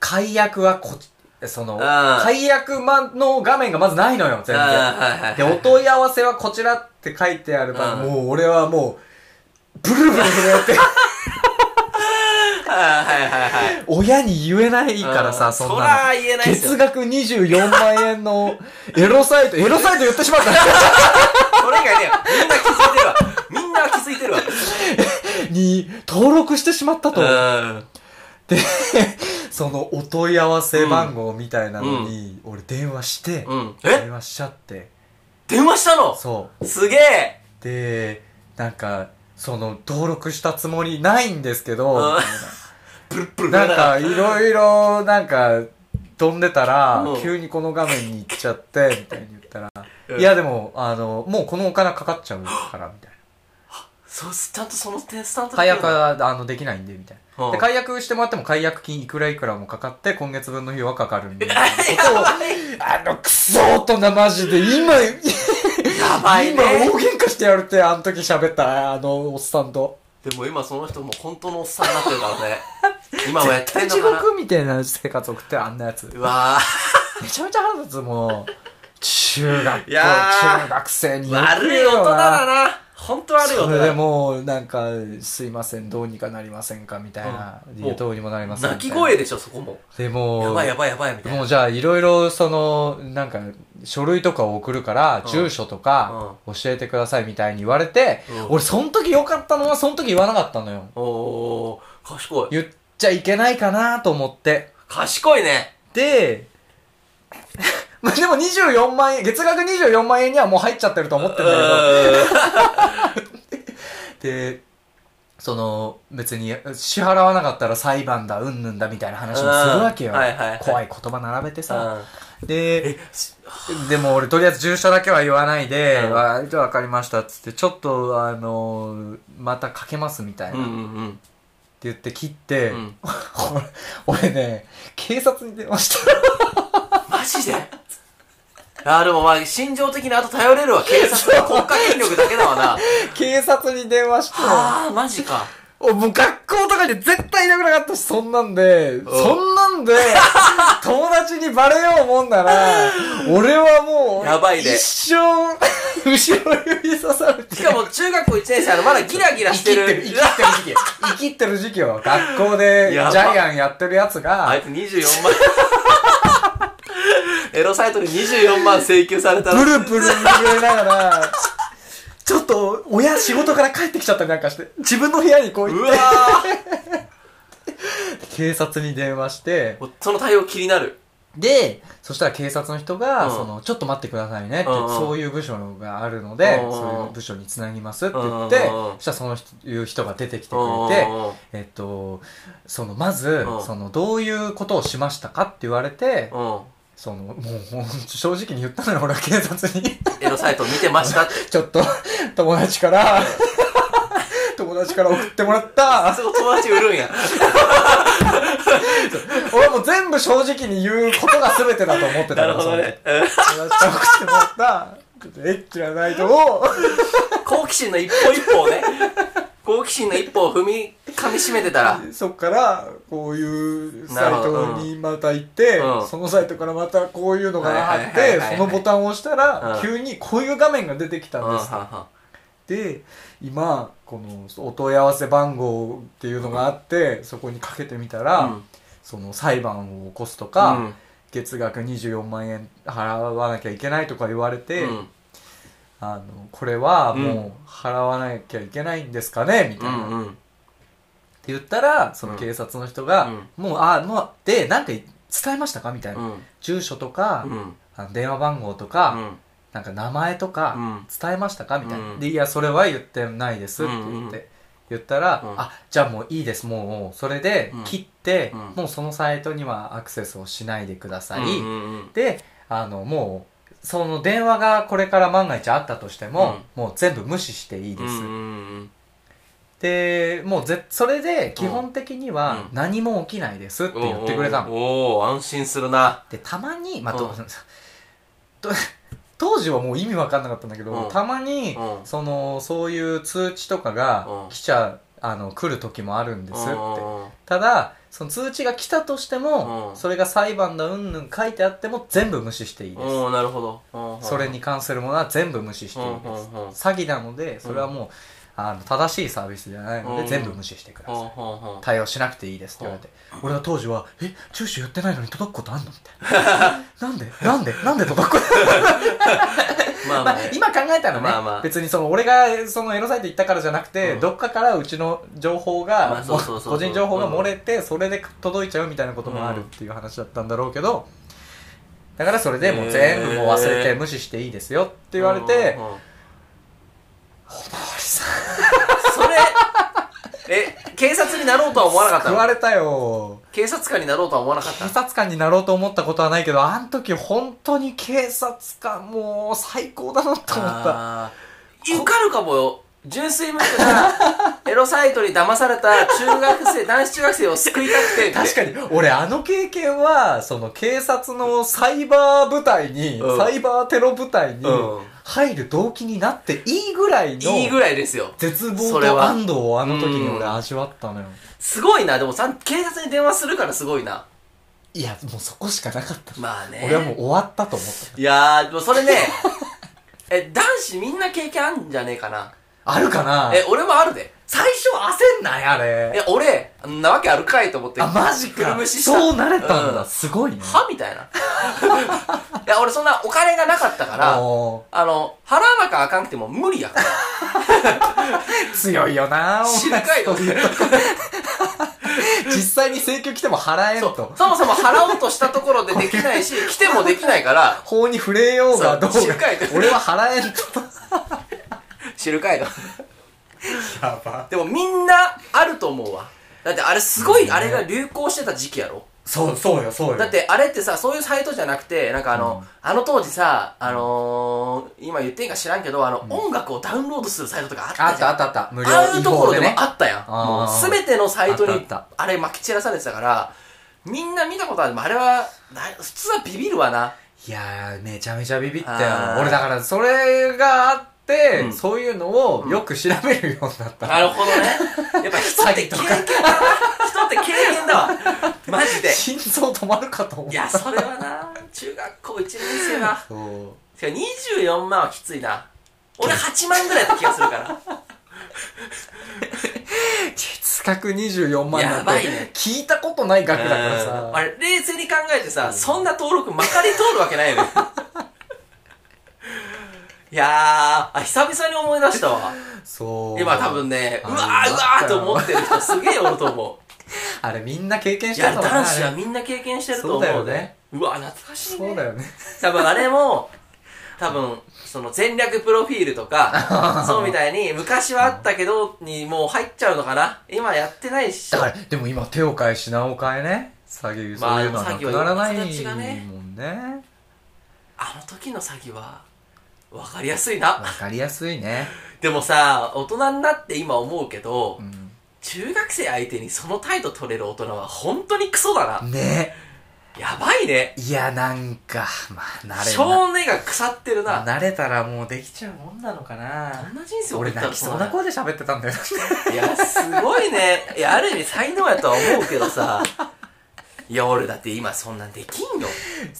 S1: 解約はこ、その、
S2: あー
S1: 解約まの画面がまずないのよ、全
S2: あ
S1: 然。
S2: ーはいはいはい
S1: で、お問い合わせはこちらって書いてあれば、
S2: うん
S1: もう俺はもう、ブルブル震え て、
S2: あーはいはいはい。
S1: 親に言えないから
S2: う
S1: さ、
S2: ん
S1: そん
S2: そ
S1: な
S2: ら
S1: の。
S2: 言えないです
S1: 月。
S2: よ
S1: 額24万円のエロサ イト、エロサイト言ってしまった
S2: それ以外ね、みんな気づいてるわ。みんな気づいてるわ。
S1: に登録してしまったと。
S2: うん。
S1: で、そのお問い合わせ番号みたいなのに、俺電話して、
S2: うん。え
S1: 電話しちゃって、
S2: 電話したの
S1: そう。
S2: すげえ
S1: でなんかその登録したつもりないんですけど
S2: うん
S1: み
S2: プルプル
S1: たいななんかいろいろなんか飛んでたら
S2: うん
S1: 急にこの画面に行っちゃってみたいに言ったら
S2: うん
S1: いやでもあのもうこのお金かかっちゃうからみたい
S2: そうす、ちゃんとその点スタン
S1: な
S2: ト
S1: 解約
S2: うん
S1: はあのできないんでみたいな
S2: うん
S1: で解約してもらっても解約金いくらいくらもかかって今月分の費用はかかるんでみたいなことをあのクソ大人マジで今
S2: やばい
S1: 今大
S2: ね。
S1: 喧嘩してやるってあの時喋ったあのおっさんと
S2: でも今その人も本当のおっさんになってるからね。今もやってんの
S1: 地
S2: かな
S1: 獄みたいな生活送ってるあんなやつ
S2: うわ
S1: めちゃめちゃ腹立つもう中学校
S2: いやー
S1: 中学生に
S2: ぁ、
S1: よく
S2: 悪
S1: 言
S2: いう大人
S1: よ
S2: だな。本当悪い大
S1: そ
S2: 人
S1: れで
S2: だ。
S1: もうなんか「すいませんどうにかなりませんか」みたいな「
S2: うん
S1: いやどうにもなりません」
S2: 泣き声
S1: で
S2: でしょ、そこも。
S1: で
S2: や
S1: も
S2: ばいうやばいやばいみたい
S1: も
S2: な。
S1: うじゃあいろいろそのなんか書類とかを送るから
S2: うん
S1: 住所とか教えてくださいみたいに言われて
S2: うん
S1: 俺その時良かったのはその時言わなかったのよ
S2: おー、賢い。
S1: 言っちゃいけないかなと思って
S2: 賢いね。
S1: で、まあでも24万円、月額24万円にはもう入っちゃってると思ってんだけど、で、その、別に支払わなかったら裁判だ、うんぬんだみたいな話もするわけよ。
S2: うんはいはいはい
S1: 怖い言葉並べてさ。
S2: さ
S1: で、
S2: え、す
S1: でも俺とりあえず住所だけは言わないで、
S2: うん
S1: わじゃあわかりましたっつって、ちょっとあのまたかけますみたいな。
S2: うんう
S1: って
S2: んうん。
S1: 言って切って、
S2: うん
S1: 俺俺ね、警察に電話した。
S2: マジであーでもまあ、心情的にあと頼れるわ。警察は国家権力だけだわ な。
S1: 警察に電話して、
S2: あー、マジか。
S1: おもう学校とかに絶対いなくなかったし、そんなんで、そんなん で、友達にバレようもんなら、俺はもう、
S2: やばいね
S1: 一生、後ろ指さされて。
S2: しかも中学校1年生あのまだギラギラ
S1: 生き
S2: し
S1: て
S2: て
S1: る、
S2: る
S1: 生き。てる時期。生きてる時期は、学校でジ
S2: やば
S1: ャイアンやってるやつ
S2: あい
S1: が、
S2: つ24万。エロサイトで24万請求された
S1: ブ
S2: ら。
S1: ルブル震えながら、ちょっと、親仕事から帰ってきちゃったりなんかして、自分の部屋にこう
S2: う
S1: 行っ
S2: わ
S1: て、警察に電話して、
S2: ーその対応気になる。
S1: で、そしたら警察の人が、
S2: うん
S1: その、ちょっと待ってくださいねって、
S2: うんうん
S1: そういう部署があるので、
S2: うんうん
S1: そういう部署につなぎますって言って、
S2: うんうんうん
S1: そしたらその人いう人が出てきてく
S2: うんうんうん
S1: れて、えっと、その、まず
S2: う、ん
S1: その、どういうことをしましたかって言われて、
S2: うん。
S1: その、もう、もう正直に言ったのよ、俺は警察に。
S2: エロサイト見てましたって。
S1: ちょっと、友達から、 友達から送ってもらった
S2: あ、そこ友達売るんや。
S1: 俺はもう全部正直に言うことが全てだと思ってた
S2: な
S1: から
S2: るほ どね。うん
S1: その友達から送ってもらった、ちょっとエッチなナイトを、
S2: 好奇心の一歩一歩をね。好奇心の一歩を踏み噛み締めてたら。
S1: そっからこういうサイトにまた行って、
S2: なるほどうん
S1: そのサイトからまたこういうのがあっ
S2: はいはいはい
S1: て
S2: はいはい
S1: そのボタンを押したら、
S2: うん
S1: 急にこういう画面が出てきたんです、
S2: は
S1: で今このお問い合わせ番号っていうのがあって、そこにかけてみたら、
S2: うん
S1: その裁判を起こすとか、
S2: うん
S1: 月額24万円払わなきゃいけないとか言われて、
S2: うん
S1: あのこれはもう払わなきゃいけないんですかねみたいな、
S2: う
S1: っ
S2: んうん
S1: て言ったらその
S2: うん
S1: 警察の人が、もうあもうでなんか伝えましたかみたいな、
S2: うん
S1: 住所とか、
S2: うん
S1: あの電話番号とか、
S2: うん
S1: なんか名前とか、
S2: うん
S1: 伝えましたかみたいな、
S2: うん
S1: でいやそれは言ってないですって言って、
S2: うんうん
S1: 言ったら、
S2: うん
S1: あじゃあもういいですもうそれで
S2: うん
S1: 切って、
S2: うん
S1: もうそのサイトにはアクセスをしないでください、
S2: うんうんうん
S1: であのもうその電話がこれから万が一あったとしても、もう全部無視していいです、
S2: うんうん
S1: でもうぜそれで基本的には
S2: うん
S1: 何も起きないですって
S2: うん
S1: 言ってくれたの、
S2: おお安心するな
S1: でたまに、まあ
S2: うん
S1: どうと当時はもう意味わかんなかったんだけど、
S2: うん
S1: たまに、
S2: うん
S1: そのそういう通知とかが
S2: うん
S1: 来ちゃあの来る時もあるんですって、
S2: うん
S1: ただその通知が来たとしても、
S2: うん
S1: それが裁判だうんぬん書いてあっても全部無視していいです、
S2: うんなるほどうんうん
S1: それに関するものは全部無視していいです、
S2: うんうんうん
S1: 詐欺なのでそれはもう、あの正しいサービスじゃないので、
S2: うん
S1: 全部無視してください、
S2: うんうんうん
S1: 対応しなくていいですって言われて、俺は当時は「え住所言ってないのに届くことあんの?」みた いな「なんでなんでなんで届くこと
S2: まあ
S1: ま
S2: まあ
S1: あ 今考えたらね、
S2: まあまあ
S1: 別にその俺がそのエロサイト行ったからじゃなくて、
S2: うん
S1: どっかからうちの情報
S2: ま
S1: が
S2: あそうそうそうそう
S1: 個人情報が漏れてそれで届いちゃうみたいなこともあるっていう話だったんだろうけど、だからそれでもう全部もう忘れて無視していいですよって言われて、
S2: うんうんうん
S1: 森さ
S2: それえ警察になろうとは思わなかっ
S1: ん
S2: た
S1: 言
S2: の
S1: われたよ
S2: 警察官になろうとは思わなかっ
S1: 警
S2: た
S1: 察官になろうと思ったことはないけどあの時本当に警察官もう最高だなと思った
S2: あー受かるかもよ純粋無垢なエロサイトに騙された中学生男子中学生を救いたくて
S1: 確かに俺あの経験はその警察のサイバー部隊に、
S2: うん
S1: サイバーテロ部隊に
S2: うん
S1: 入る動機になっていいぐらい
S2: いいぐ
S1: の
S2: らいですよ
S1: 絶望
S2: それ
S1: と
S2: は
S1: 安堵をあの時に俺
S2: うん
S1: 味わったのよ
S2: すごいなでもさん警察に電話するからすごいない
S1: やもうそこしかなかった、
S2: まあね
S1: 俺はもう終わったと思った
S2: いやーでもそれね え男子みんな経験あんじゃねえかな
S1: あるかな
S2: え俺もあるで
S1: 最初焦んないあれ
S2: え俺んなわけあるかいと思って
S1: あマジか
S2: 車無視した
S1: そうなれたんだ、
S2: うん
S1: すごいね
S2: はみたいな いや俺そんなお金がなかったから
S1: おー
S2: あの払わなきゃあかんくても無理やから
S1: 強いよなお前
S2: 知るかい
S1: そういうとこ 実際に請求来ても払えん
S2: そう
S1: と
S2: そもそも払おうとしたところでできない し、来てもできないから、
S1: 法に触れようがどうが
S2: そう知るかい
S1: 俺は払えん と
S2: 知るかいの。
S1: やば
S2: でもみんなあると思うわ。だってあれすごい、あれが流行してた時期やろ。
S1: そうそうよそうよ
S2: だってあれってさ、そういうサイトじゃなくて、なんかあの、
S1: うん
S2: あの当時さ、あのー、今言っていいか知らんけど、あの、音楽をダウンロードするサイトとかあった
S1: あっ
S2: じゃん。
S1: たあったあった無料
S2: ああいうところで
S1: 違
S2: も
S1: 法
S2: あったやん。
S1: あー
S2: もうすべてのサイト
S1: あっ
S2: に
S1: たあっ
S2: あれまき散らされてたから、みんな見たことある。でもあれは、な普通はビビるわな。
S1: いやーめちゃめちゃビビったよ
S2: あー
S1: 俺だからそれがあって、
S2: うん
S1: そういうのをよく調べるようになった、
S2: なるほどね。やっぱ人って経験だな。人って経験だわ。マジで。
S1: 心臓止まるかと思っ
S2: い
S1: た
S2: や、それはな、中学校1年生は。
S1: そう
S2: てか24万はきついな。俺8万ぐらいだった気がするから。
S1: 月額24万なんて
S2: やばいね
S1: 聞いたことない額だから
S2: う
S1: さ
S2: んあれ、冷静に考えてさ、そんな登録まかり通るわけないよね。いやー、あ、久々に思い出したわ。
S1: そう
S2: 今多分ね、
S1: あ
S2: う
S1: ー
S2: わーうわーと思ってる人すげえおると 思う。
S1: あれみんな経験し
S2: い
S1: てる
S2: や、
S1: のかな
S2: 男子
S1: あ
S2: は
S1: れ
S2: みんな経験してると思う
S1: そうだよね
S2: ね。うわ、懐かしいね。
S1: そうだよね
S2: 多分あれも、多分、その戦略プロフィール とか、そうみたいに、昔はあったけど、にもう入っちゃうのかな今やってないっしょ。
S1: だからでも今手を変え品を変えね詐欺
S2: まあ
S1: そういうのはなくならないも
S2: 詐欺は今形
S1: んね
S2: あの時の詐欺は、わかりやすいな
S1: わ。かりやすいね
S2: でもさ、大人になって今思うけど、
S1: うん
S2: 中学生相手にその態度取れる大人は本当にクソだな。
S1: ね
S2: やばいね。
S1: いやなんかまあ慣
S2: 少年が腐ってる
S1: れな
S2: な。
S1: 慣れたらもうできちゃうもんなのか
S2: あ
S1: なん
S2: な人生
S1: 俺
S2: 送った
S1: 泣
S2: の
S1: きそうな声で喋ってたんだよ
S2: いや、すごいね。いや、ある意味才能やとは思うけどさ。いや、俺だって今そんなんできんよ。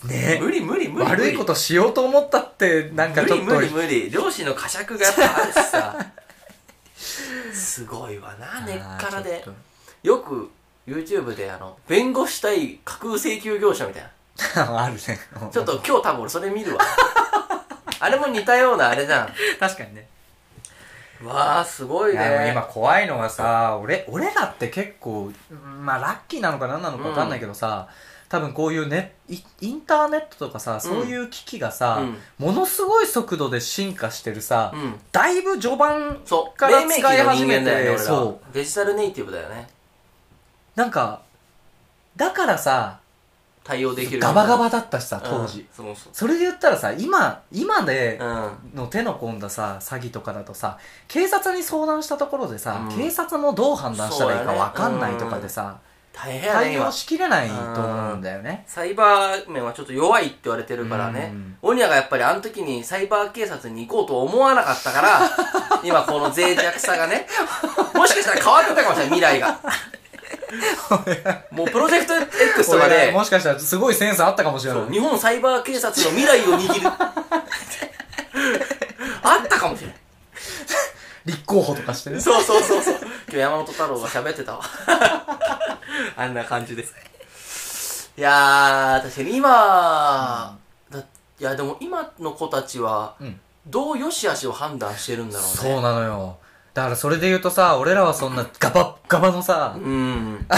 S1: ね
S2: 無理無理無理無理。
S1: 悪いことしようと思ったってなんかちょっと
S2: 無理無理無理両親の呵責がやっぱあるしさすごいわ な根っからで
S1: あーちょっ
S2: よく YouTube であの弁護したい架空請求業者みたいな
S1: と あるね
S2: ちょっと今日多分俺それ見るわ あれも似たようなあれじゃ
S1: 確かにね
S2: んわあすごい
S1: いやでも
S2: ね
S1: 今怖いのがさ俺俺らって結構うんまあラッキーなのか何なのか分かんないけどさ、多分こういうねイインターネットとかさそういう機器がさ、
S2: うん
S1: ものすごい速度で進化してるさ、
S2: うん
S1: だいぶ序盤
S2: そう
S1: から
S2: 黎明期
S1: 使い
S2: の
S1: 始
S2: 人
S1: め
S2: 間
S1: て
S2: だよね俺ら
S1: そ
S2: デジタルネイティブだよね
S1: なんかだからさ
S2: 対応できる
S1: ガバガバだったしさ当時、
S2: うんそうそう
S1: それで言ったらさ今今で、
S2: うん
S1: の手の込んださ詐欺とかだとさ警察に相談したところでさ、
S2: うん
S1: 警察もどう判断したらいいか分かんないとかでさ、
S2: 大変やね
S1: 対
S2: 今
S1: 応しきれないと思うんだよね、
S2: サイバー面はちょっと弱いって言われてるからね
S1: うん。
S2: オニアがやっぱりあの時にサイバー警察に行こうと思わなかった から、今この脆弱さがね、もしかしたら変わってたかもしれない、未 来が。もうプロジェクト X とか
S1: 俺
S2: で、
S1: もしかしたらすごいセンスあったかもしれな
S2: そう
S1: い
S2: 日本サイバー警察の未来 を握る。あったかもしれない。
S1: 立候補とかしてね
S2: そうそうそうそう。今日山本太郎が喋ってたわ。あんな感じです。いやー、確かに今、だいやでも今の子たちは、
S1: うん
S2: どう良し悪しを判断してるんだろう
S1: そ
S2: ね。
S1: うなのよだからそれで言うとさ俺らはそんなガバッガバのさ、
S2: うん。
S1: あ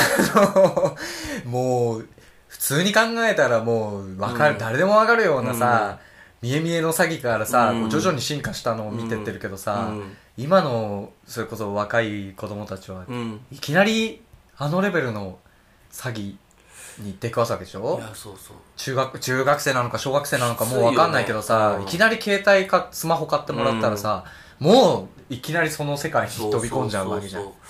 S1: のもう普通に考えたらもうわかる、
S2: うん
S1: 誰でもわかるようなさ、見え見えの詐欺からさ、
S2: うん
S1: こう徐々に進化したのを見てってるけどさ、
S2: うん
S1: 今のそれこそ若い子供たちは、
S2: うん。
S1: いきなりあのレベルの詐欺に出くわすわけでし
S2: い
S1: ょ
S2: や、そうそう。
S1: 中学中学生なのか小学生なのかもうわかんないけどさ、
S2: きついよねうん
S1: いきなり携帯かスマホ買ってもらったらさ、もういきなりその世界に飛び込んじゃうわけじゃん
S2: そうそう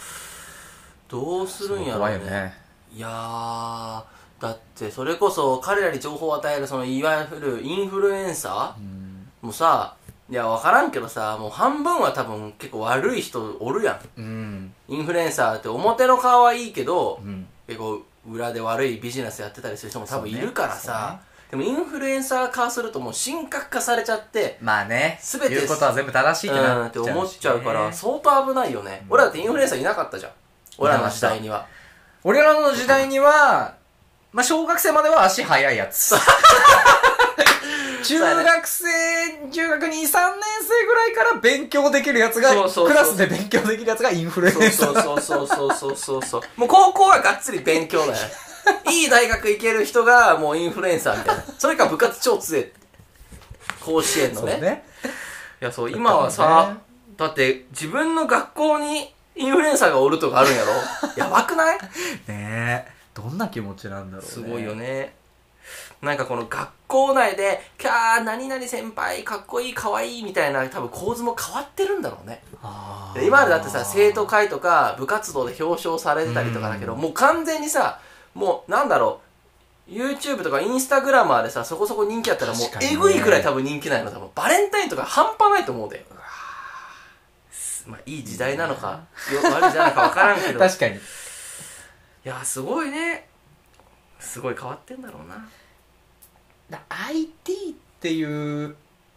S2: そうどうするんやろ
S1: 怖
S2: う
S1: い
S2: ね
S1: よね
S2: いやーだってそれこそ彼らに情報を与えるそのいわゆるインフルエンサー、
S1: うん
S2: もうさ、いや、わからんけどさ、もう半分は多分結構悪い人おるや
S1: うん
S2: ん。インフルエンサーって表の顔はいいけど
S1: う、ん
S2: 結構裏で悪いビジネスやってたりする人も多分い
S1: そうね
S2: るからさ、でもインフルエンサー化するともう神格化されちゃって、
S1: まあね
S2: 全て
S1: 言うことは全部正しい
S2: うん
S1: ってな
S2: って思っちゃうから、
S1: しね
S2: 相当危ないよね。俺だってインフルエンサーいなかったじゃん。俺らの時代には。
S1: 俺らの時代には、まあ、小学生までは足早い やつ中学生中学23年生ぐらいから勉強できるやつが
S2: そうそうそう
S1: クラスで勉強できるやつがインフルエンサ
S2: そう
S1: ー
S2: そうそうそうそうそうそう。もう高校はがっつり勉強だ よ。いい大学行ける人がもうインフルエンサーみたいな。それか部活超強い。甲子園の
S1: そう
S2: ね。
S1: ね
S2: いや、そう、今はさ、だって自分の学校にインフルエンサーがおるとかあるんやろ やばくない
S1: ねえどんな気持ちなんだろうね
S2: すごいよね。なんかこの学校内で、キャー、何々先輩、かっこいい、かわいい、みたいな、多分構図も変わってるんだろうね。
S1: あ
S2: で
S1: ー
S2: 今までだってさ、生徒会とか部活動で表彰されてたりとかだけど、
S1: う
S2: もう完全にさ、もうなんだろう、YouTube とかインスタグラマーでさ、そこそこ人気やったらもう
S1: 確かにね
S2: えぐいくらい多分人気ないの多分バレンタインとか半端ないと思うで。すまあいい時代なのか、よ悪い時代なのか分からんけ ど。い
S1: 確かに
S2: や、すごいね。すごい変わってんだろうな。
S1: だ IT っていう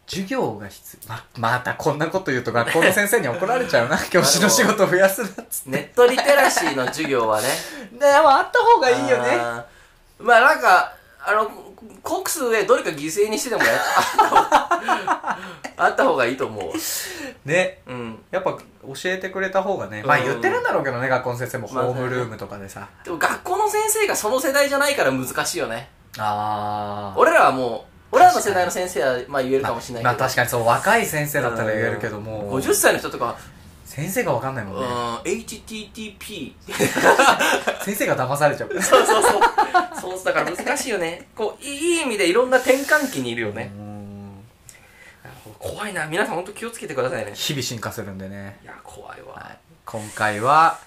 S1: 授業が必要ままたこんなこと言うと学校の先生に怒られち ゃうな教師の仕事増やすなっつって
S2: ネットリテラシーの授業はね。
S1: ねでもあった方がいいよね
S2: あー。まあなんか、あの、コックスでどれか犠牲にしてで もやっ あった方がいいと思う。
S1: ね
S2: うん。
S1: やっぱ教えてくれた方がね、まあ
S2: うん
S1: 言ってるんだろうけどね学校の先生もホ
S2: まあ
S1: ームルームとかでさ、
S2: でも学校の先生がその世代じゃないから難しいよね。
S1: ああ
S2: 俺らはもう、俺らの世代の先生はまあ言えるかもしれないけど。
S1: まあ確かにそう若い先生だったら言えるけど
S2: うん
S1: も
S2: 50歳の人とか、
S1: 先生が分かんないうもん
S2: ん、
S1: ね
S2: HTTP。
S1: 先生が騙されちゃう
S2: そうそうそう。そう、だから難しいよね。こう、いい意味でいろんな転換期にいるよね。
S1: うん
S2: 怖いな。皆さん本当気をつけてくださいね。
S1: 日々進化するんでね
S2: いや、怖いわ。
S1: 今回は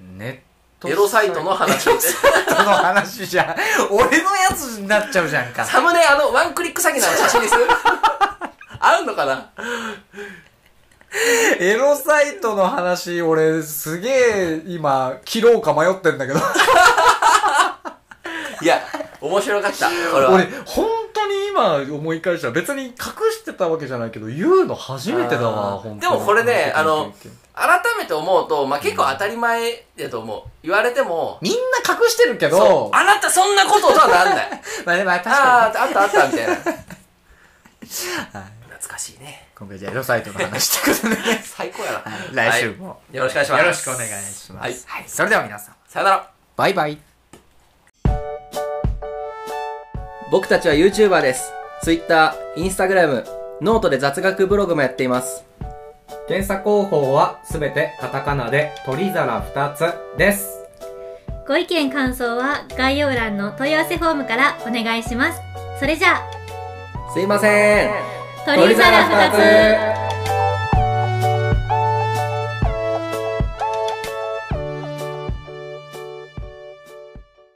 S1: ネッと
S2: エロサイトの話で
S1: その話じゃん 俺のやつになっちゃうじゃんか
S2: サムネあのワンクリック詐欺の写真にする合うのかな
S1: エロサイトの話俺すげえ今切ろうか迷ってんだけど
S2: いや面白かったこれは
S1: 俺本当に今思い返したら別に隠してたわけじゃないけど言うの初めてだ
S2: あ
S1: わ
S2: ー
S1: 本当に
S2: でもこれね
S1: 本当に
S2: あの改めて思うと、まあ、結構当たり前やと思う言われても
S1: みんな隠してるけ
S2: そ
S1: ど
S2: うあなたそんなこととはなんない
S1: まあでも確か
S2: あああったあったみたいな懐かしいね
S1: に今回じゃあエロサイトの話してくるね
S2: 最高やな、
S1: 来週も
S2: よろしくお願いします
S1: よろしくお願いします、
S2: はい
S1: それでは皆さん
S2: さよなら
S1: バイバイ
S3: 僕たちは YouTuber です。Twitter、Instagram、ノートで雑学ブログもやっています。
S4: 検査方法はすべてカタカナで鳥皿2つです。
S5: ご意見感想は概要欄の問い合わせフォームからお願いします。それじゃあ、
S3: すいません。
S5: 鳥皿2つ